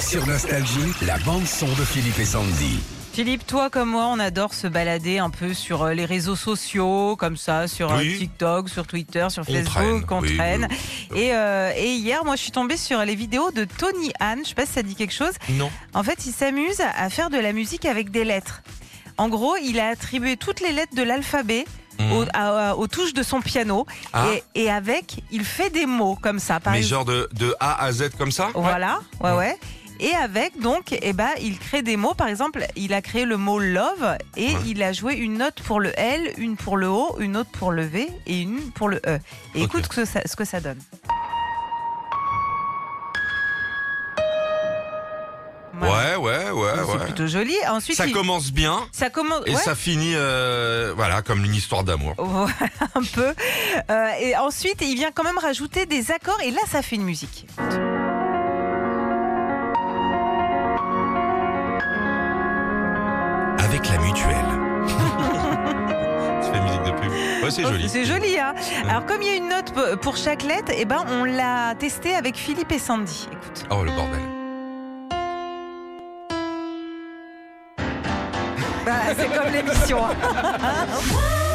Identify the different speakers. Speaker 1: Sur Nostalgie, la bande-son de Philippe et Sandy.
Speaker 2: Philippe, toi comme moi, on adore se balader un peu sur euh, les réseaux sociaux, comme ça, sur euh,
Speaker 3: Oui.
Speaker 2: TikTok, sur Twitter, sur
Speaker 3: On traîne,
Speaker 2: Facebook, on
Speaker 3: oui,
Speaker 2: traîne. Et, euh, et hier, moi, je suis tombée sur les vidéos de Tony Han. Je sais pas si ça dit quelque chose.
Speaker 3: Non.
Speaker 2: En fait, il s'amuse à faire de la musique avec des lettres. En gros, il a attribué toutes les lettres de l'alphabet aux, à- aux touches de son piano.
Speaker 3: Mmh. Ah.
Speaker 2: Et, et avec, il fait des mots comme ça. Par
Speaker 3: Mais
Speaker 2: exemple,
Speaker 3: genre de, de A à Z comme ça
Speaker 2: Voilà, ouais, ouais. Et avec, donc, eh ben, il crée des mots. Par exemple, il a créé le mot love et
Speaker 3: Ouais.
Speaker 2: il a joué une note pour le L, une pour le O, une autre pour le V et une pour le E. Et
Speaker 3: Ok.
Speaker 2: écoute ce que, ça, ce que ça donne. Voilà.
Speaker 3: Ouais, ouais, ouais,
Speaker 2: Donc, C'est
Speaker 3: ouais.
Speaker 2: plutôt joli. Ensuite,
Speaker 3: Ça
Speaker 2: il-
Speaker 3: commence bien
Speaker 2: ça commence.
Speaker 3: et
Speaker 2: ouais.
Speaker 3: ça finit, euh, voilà, comme une histoire d'amour.
Speaker 2: Voilà, un peu. Euh, et ensuite, il vient quand même rajouter des accords et là, ça fait une musique.
Speaker 1: Avec la mutuelle.
Speaker 3: Ça fait musique de pub. Ouais, c'est joli.
Speaker 2: C'est joli, hein Alors, comme il y a une note p- pour chaque lettre, eh ben, on l'a testé avec Philippe et Sandy. Écoute.
Speaker 3: Oh, le bordel.
Speaker 2: Bah, c'est comme l'émission. hein.